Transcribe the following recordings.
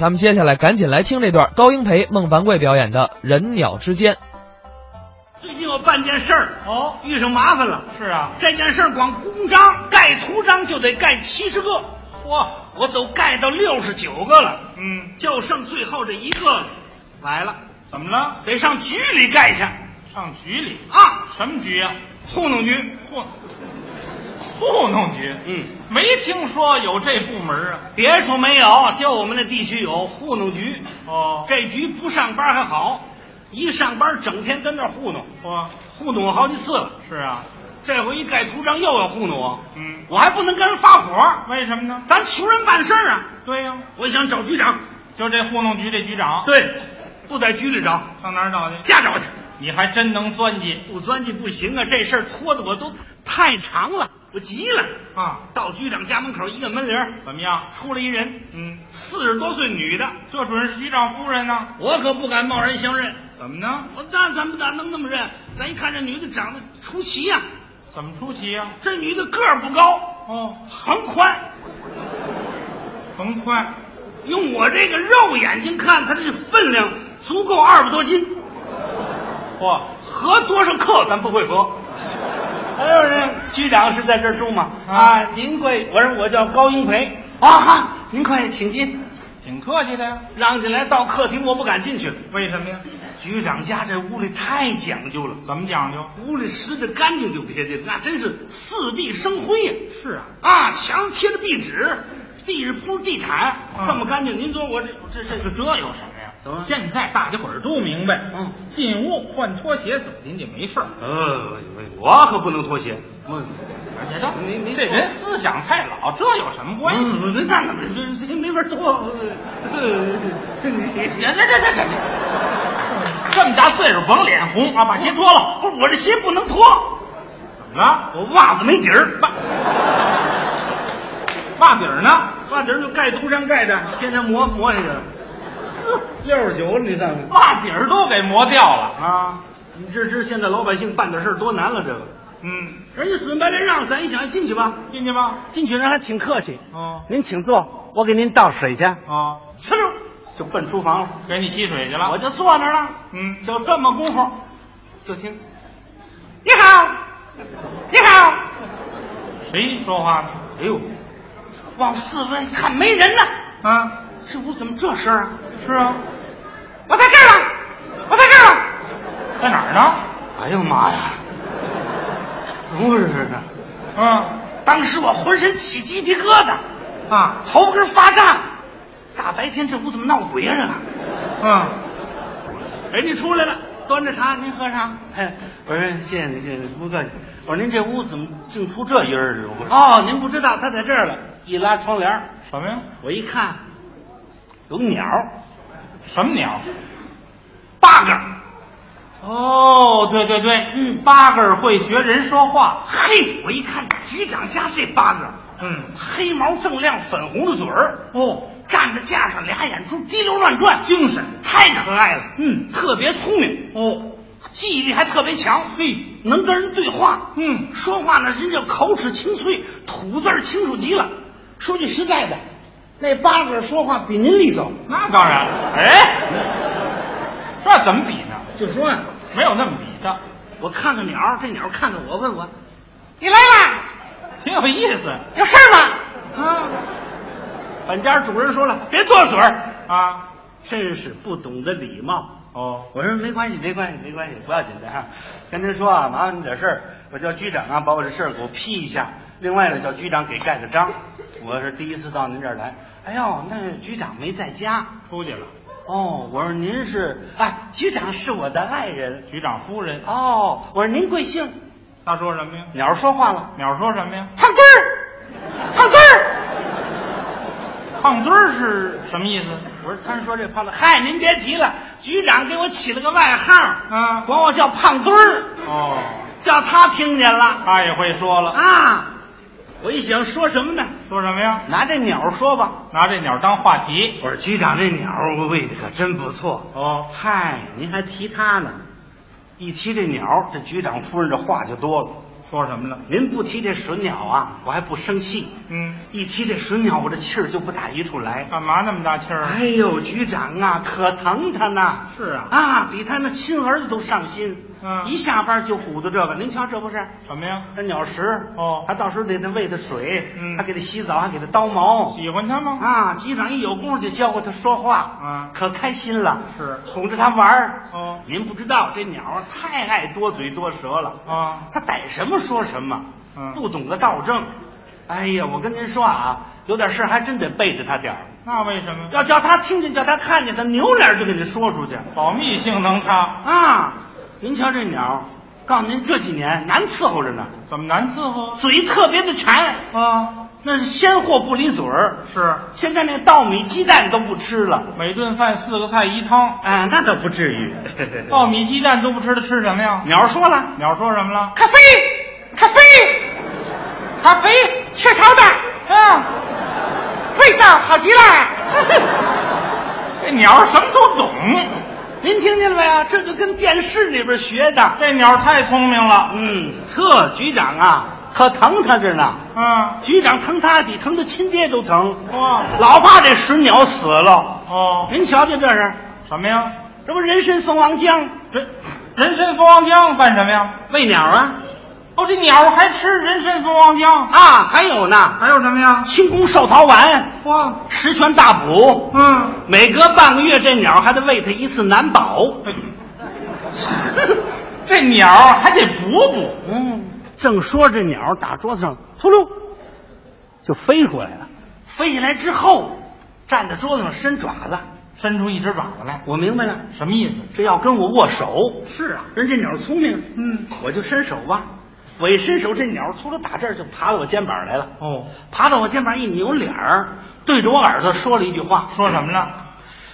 咱们接下来赶紧来听这段高英培、孟凡贵表演的《人鸟之间》。最近我办件事儿，哦遇上麻烦了。是啊，这件事儿光公章盖图章就得盖七十个，嚯，我都盖到六十九个了，嗯，就剩最后这一个了。来了，怎么了？得上局里盖去上局里？啊！什么局呀、糊弄局，糊糊弄局？嗯，没听说有这部门啊。别处没有，就我们那地区有糊弄局。哦这这局不上班还好，一上班整天跟那儿糊弄，嚯，糊弄我好几次了。是啊，这回一盖图章又要糊弄我，嗯，我还不能跟人发火，为什么呢？咱求人办事儿啊！对呀、我想找局长，就这糊弄局这局长，对，不在局里找，上哪儿找去？家找去。你还真能算计不钻进不行啊，这事儿拖得我都太长了，我急了。啊？到局长家门口一按门铃儿，怎么样？出来一人，嗯，四十多岁女的，这准是局长夫人呢？我可不敢贸然相认。怎么呢？我那咱们咋能那么认？咱一看这女的长得出奇呀、怎么出奇呀、这女的个儿不高，哦，横宽，甭快，用我这个肉眼睛看，她这分量足够二百多斤，嚯，合多少克咱不会合。还有人，局长是在这儿住吗？啊啊，您贵，我说我叫高英培。啊哈，您快请进，挺客气的呀。让进来。到客厅我不敢进去了，为什么呀？局长家这屋里太讲究了，怎么讲究？屋里拾着干净就别的，那真是四壁生辉呀、是啊，啊，墙上贴着壁纸，地上铺着地毯，嗯这么干净。您说我这这这这这有什么呀怎么？现在大家伙儿都明白，嗯，进屋换拖鞋走进去没事儿。呃，我可不能脱鞋。我而且这您您这人思想太老，这有什么关系？嗯，那那这这没法脱。这这这这这这，这么大岁数甭脸红啊，把鞋脱了。不是我这鞋不能脱，怎么了？我袜子没底儿，袜袜底儿呢？袜底儿就盖头上盖着，天天磨磨下去了。六十九，你看看袜底儿都给磨掉了。啊！你这知现在老百姓办点事儿多难了，这个嗯，人家死白赖让，咱一想进去吧，进去吧。进去人还挺客气。哦您请坐，我给您倒水去。哦，呲溜就奔厨房了，给你沏水去我了。就坐那儿了。嗯就这么功夫，就听，你好，你好，谁说话呢？哎呦，往四围看没人呢，啊，这屋怎么这声啊？是啊，我在这儿了，我在这儿了。在哪儿呢？哎呦妈呀，不是的，嗯当时我浑身起鸡皮疙瘩，啊头根发胀，大白天这屋怎么闹鬼啊？这个。嗯。人家哎出来了，端着茶，您喝茶。哎，我说谢谢您，谢谢您，不客气。我说您这屋怎么净出这音儿了？哦，您不知道，他在这儿了。一拉窗帘儿，什么呀？我一看，有鸟，什么鸟？八个。哦，对对对，嗯，八个会学人说话。嘿，我一看局长家这八个，嗯，黑毛锃亮，粉红的嘴儿，哦，站在架上，俩眼珠滴溜乱转，精神。太可爱了。嗯特别聪明，哦，记忆力还特别强，嘿，能跟人对话。嗯，说话呢，人家口齿清脆，吐字儿清楚极了。说句实在的，那八个说话比您利索。那当然了。哎，这怎么比呢？就说呀、没有那么比的，我看看鸟儿，这鸟儿看看我，问我，你来啦，挺有意思有事儿吗？啊本家主人说了，别多嘴儿，啊！真是不懂得礼貌。哦，我说没关系，没关系，没关系，不要紧的啊。跟您说啊，麻烦您点事儿，我叫局长啊，把我这事儿给我批一下。另外呢，叫局长给盖个章。我是第一次到您这儿来，哎呦，那局长没在家。出去了，哦，我说您是，哎，局长是我的爱人。局长夫人。哦，我说您贵姓？他说什么呀？鸟说话了，鸟说什么呀？胖墩儿，胖墩儿。胖墩儿是什么意思？我说，他说这胖墩儿，嗨，您别提了，局长给我起了个外号，啊，管我叫胖墩儿，哦，叫他听见了他也会说了。啊。我一想说什么呢？说什么呀？拿这鸟说吧。拿这鸟当话题。我说局长这鸟喂的可真不错。哦，嗨，您还提他呢？一提这鸟，这局长夫人这话就多了。说什么了？您不提这水鸟啊，我还不生气。嗯，一提这水鸟，我这气儿就不打一处来。干嘛那么大气儿？哎呦，局长啊，可疼他呢。啊是啊啊，比他那亲儿子都上心。嗯一下班就鼓捣这个，您瞧这不是？什么呀？这鸟食哦还到时候得得喂它水，嗯还给它洗澡，还给它叨毛。喜欢他吗？啊，局长一有功夫就教会它说话，嗯可开心了，是哄着它玩儿。哦您不知道这鸟儿太爱多嘴多舌了啊它逮什么说什么，嗯不懂得道正。哎呀，我跟您说啊，有点事儿还真得背着它点儿，那为什么？要叫它听见，叫它看见，它扭脸就给您说出去。保密性能差，啊，您瞧这鸟儿，告诉您这几年难伺候着呢，怎么难伺候？嘴特别的馋。啊，那是鲜货不离嘴儿，是现在那稻米鸡蛋都不吃了，每顿饭四个菜一汤，哎，那倒不至 于。哦爆米鸡蛋都不吃的吃什么呀？鸟说了，鸟说什么了？咖啡，咖啡，咖啡雀巢的啊，味道好极了。这鸟什么都懂， 您听见了没有？这就跟电视里边学的。这鸟太聪明了。嗯，特局长啊，可疼他着呢。啊，局长疼他比疼他亲爹都疼，哇，老怕这石鸟死了。哦，您瞧瞧这是，什么呀？这不人参蜂王浆人人参蜂王浆干什么呀？喂鸟啊？哦，这鸟还吃人参蜂王浆，啊，还有呢，还有什么呀？清宫寿桃丸。哇，十全大补，嗯，每隔半个月这鸟还得喂它一次南 宝。这鸟还得补补。嗯，正说着这鸟打桌子上秃噜就飞过来了，飞起来之后站在桌子上伸爪子。伸出一只爪子来，我明白了，什么意思？这要跟我握手。是啊，人这鸟聪明，嗯，我就伸手吧。我一伸手，这鸟秃噜打这儿就爬到我肩膀来了，哦，爬到我肩膀一扭脸儿，对着我耳朵说了一句话说什么呢？：“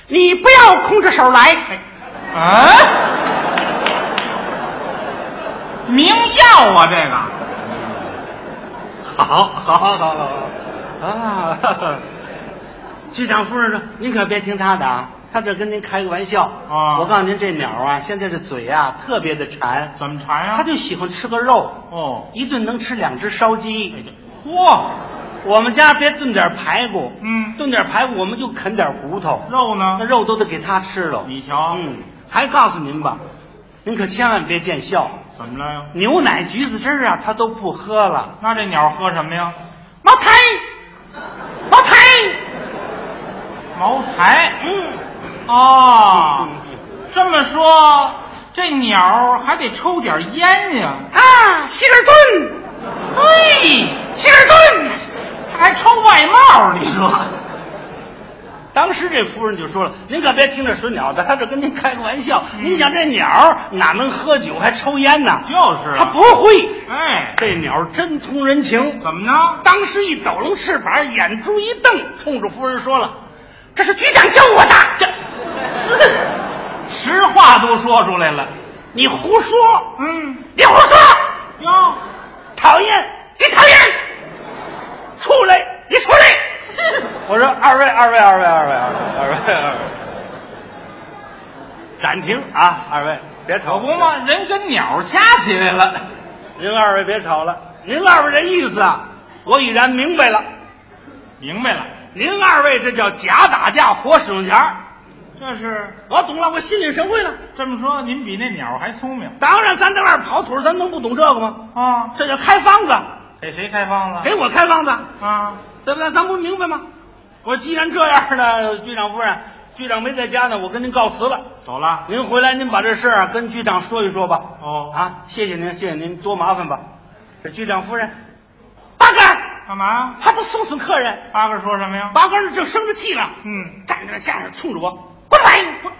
你不要空着手来。哎啊，明药啊，这个好，好，好，好，好，啊！ 哈哈局长夫人说：“您可别听他的啊，他这跟您开个玩笑啊我告诉您，这鸟啊，现在这嘴啊特别的馋，怎么馋呀、啊它就喜欢吃个肉，哦，一顿能吃两只烧哎鸡。这嚯，我们家别炖点排骨，嗯，炖点排骨我们就啃点骨头，肉那呢？肉都得给它吃了。你瞧，嗯，还告诉您吧，您可千万别见笑，怎么了呀？牛奶、橘子汁儿啊，它都不喝了。”那这鸟喝什么呀？茅台，茅台，茅台。嗯，啊哦，这么说，这鸟还得抽点烟呀、啊，希尔顿，嘿，希尔顿。它还抽外帽，你说？ 当时这夫人就说了：“您可别听这水鸟的，他这跟您开个玩笑。嗯您想这鸟哪能喝酒还抽烟呢？就是啊他不会。哎，这鸟真通人情。怎么呢？当时一抖楞翅膀，眼珠一瞪，冲着夫人说了：‘这是局长教我的。’ 这，实话都说出来了。你胡说，嗯，你胡说。”哟，讨厌，你讨厌，出来，你出来。 我说二位，二位，二位，二位，二位，二位，二位，暂停啊，二位别吵，可不嘛，人跟鸟掐起来了。您二位别吵了，您二位这意思啊，我已然明白了，明白了，您二位这叫假打架，活使用钱儿这是我懂了，我心领神会了。这么说，您比那鸟还聪明当然，咱在外边跑腿儿，咱能不懂这个吗？啊？这叫开方子，给谁开放了？给我开方子。啊？对不对？咱不明白吗？我说既然这样呢，局长夫人，局长没在家呢，我跟您告辞了。走了。您回来，您把这事儿啊跟局长说一说吧。哦，啊，谢谢您，谢谢您，多麻烦吧。这局长夫人，八哥儿干嘛？还不送送客人？八哥说什么呀？八哥儿正生着气呢，嗯，站在那架上冲着我，滚来！滚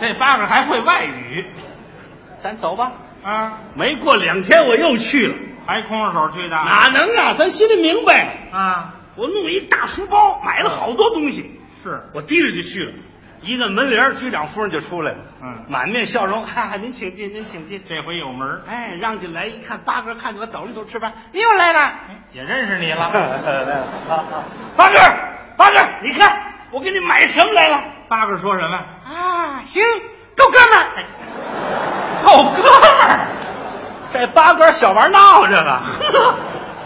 这八哥还会外语 咱走吧。啊？没过两天我又去了，还空着手去的？哪能啊？咱心里明白，啊，我弄一大书包，买了好多东西。是，我提着就去了，一个门铃儿，局长夫人就出来了，嗯满面笑容，哈哈，您请进，您请进。这回有门儿，哎，让进来一看，八哥看见我走了一头吃饭，你又来了。也认识你 了。八哥，八哥，你看我给你买什么来了？八哥说什么？啊，行，够哥们儿。够哥们儿，这八竿小玩闹这 个，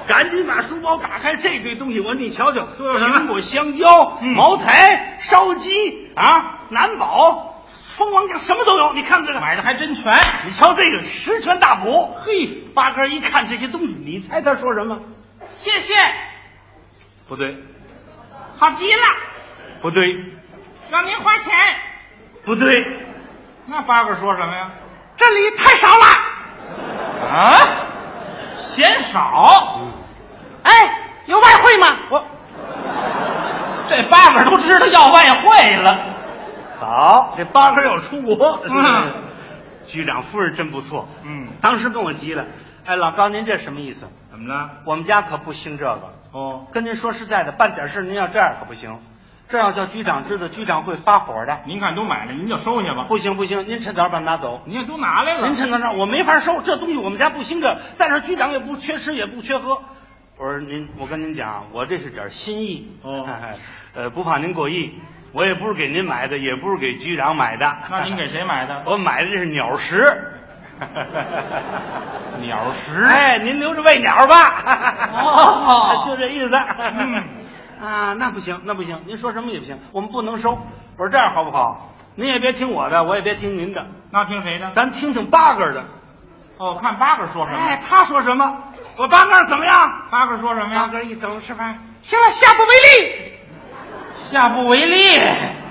赶紧把书包打开，这堆东西我你瞧瞧，有什么苹果、香蕉、嗯茅台、烧鸡啊，南宝、蜂王浆，什么都有。你看这个，买的还真全。你瞧这个十全大补。嘿，八哥一看这些东西，你猜他说什么？谢谢，不对，好极了，不对，让您花钱。不对，那八哥说什么呀？这里太少了。啊，嫌少。哎，有外汇吗？我这八哥都知道要外汇了。好，这八哥要出国。嗯局长夫人真不错。嗯当时跟我急了，哎，老高，您这什么意思？怎么了？我们家可不兴这个。哦，跟您说实在的，办点事儿您要这样可不行，这要叫局长知道，局长会发火的。您看都买了，您就收下吧。不行不行，您趁早把它拿走。您也都 拿来了。您趁早让我没法收这东西，我们家不兴这，再说局长也不缺吃也不缺喝。我说您，我跟您讲，啊我这是点心意哦 哎呃，不怕您过意，我也不是给您买的，也不是给局长买的。那您给谁买的？ 我买的这是鸟食。 鸟食哎，您留着喂鸟吧。哦就这意思。嗯 啊，那不行，那不行，您说什么也不行，我们不能收。我说这样好不好？您也别听我的，我也别听您的，那听谁的？咱听听八哥的。哦，看八哥说什么。哎，他说什么？我八哥怎么样？八哥说什么八呀？哥一等吃饭，行了，下不为例。 下不为例。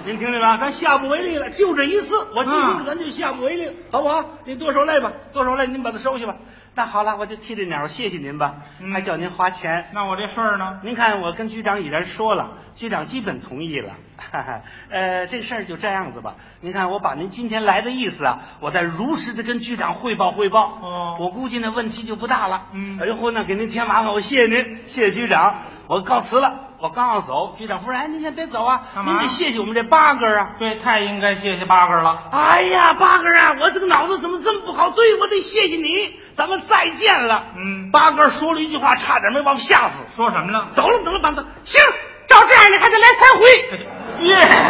您听见吧？咱下不为例了，就这一次，我记住了，嗯咱就下不为例了，好不好？您多受累吧，多受累，您把它收下吧。那好了，我就替这鸟谢谢您吧，嗯还叫您花钱。那我这事儿呢？您看，我跟局长已然说了，局长基本同意了。 哈哈，呃，这事儿就这样子吧。您看，我把您今天来的意思啊，我再如实的跟局长汇报汇报。哦我估计那问题就不大了。嗯哎呦嚯，那给您添麻烦，我谢谢您，谢谢局长。我告辞了，我刚要走，局长夫人，哎，您先别走啊，干嘛您得谢谢我们这八哥啊。对，太应该谢谢八哥了。哎呀，八哥啊，我这个脑子怎么这么不好？对，我得谢谢你，咱们再见了。嗯八哥说了一句话，差点没把我吓死。说什么了？走了，走了，板子，行，照这样你还得来三回。耶。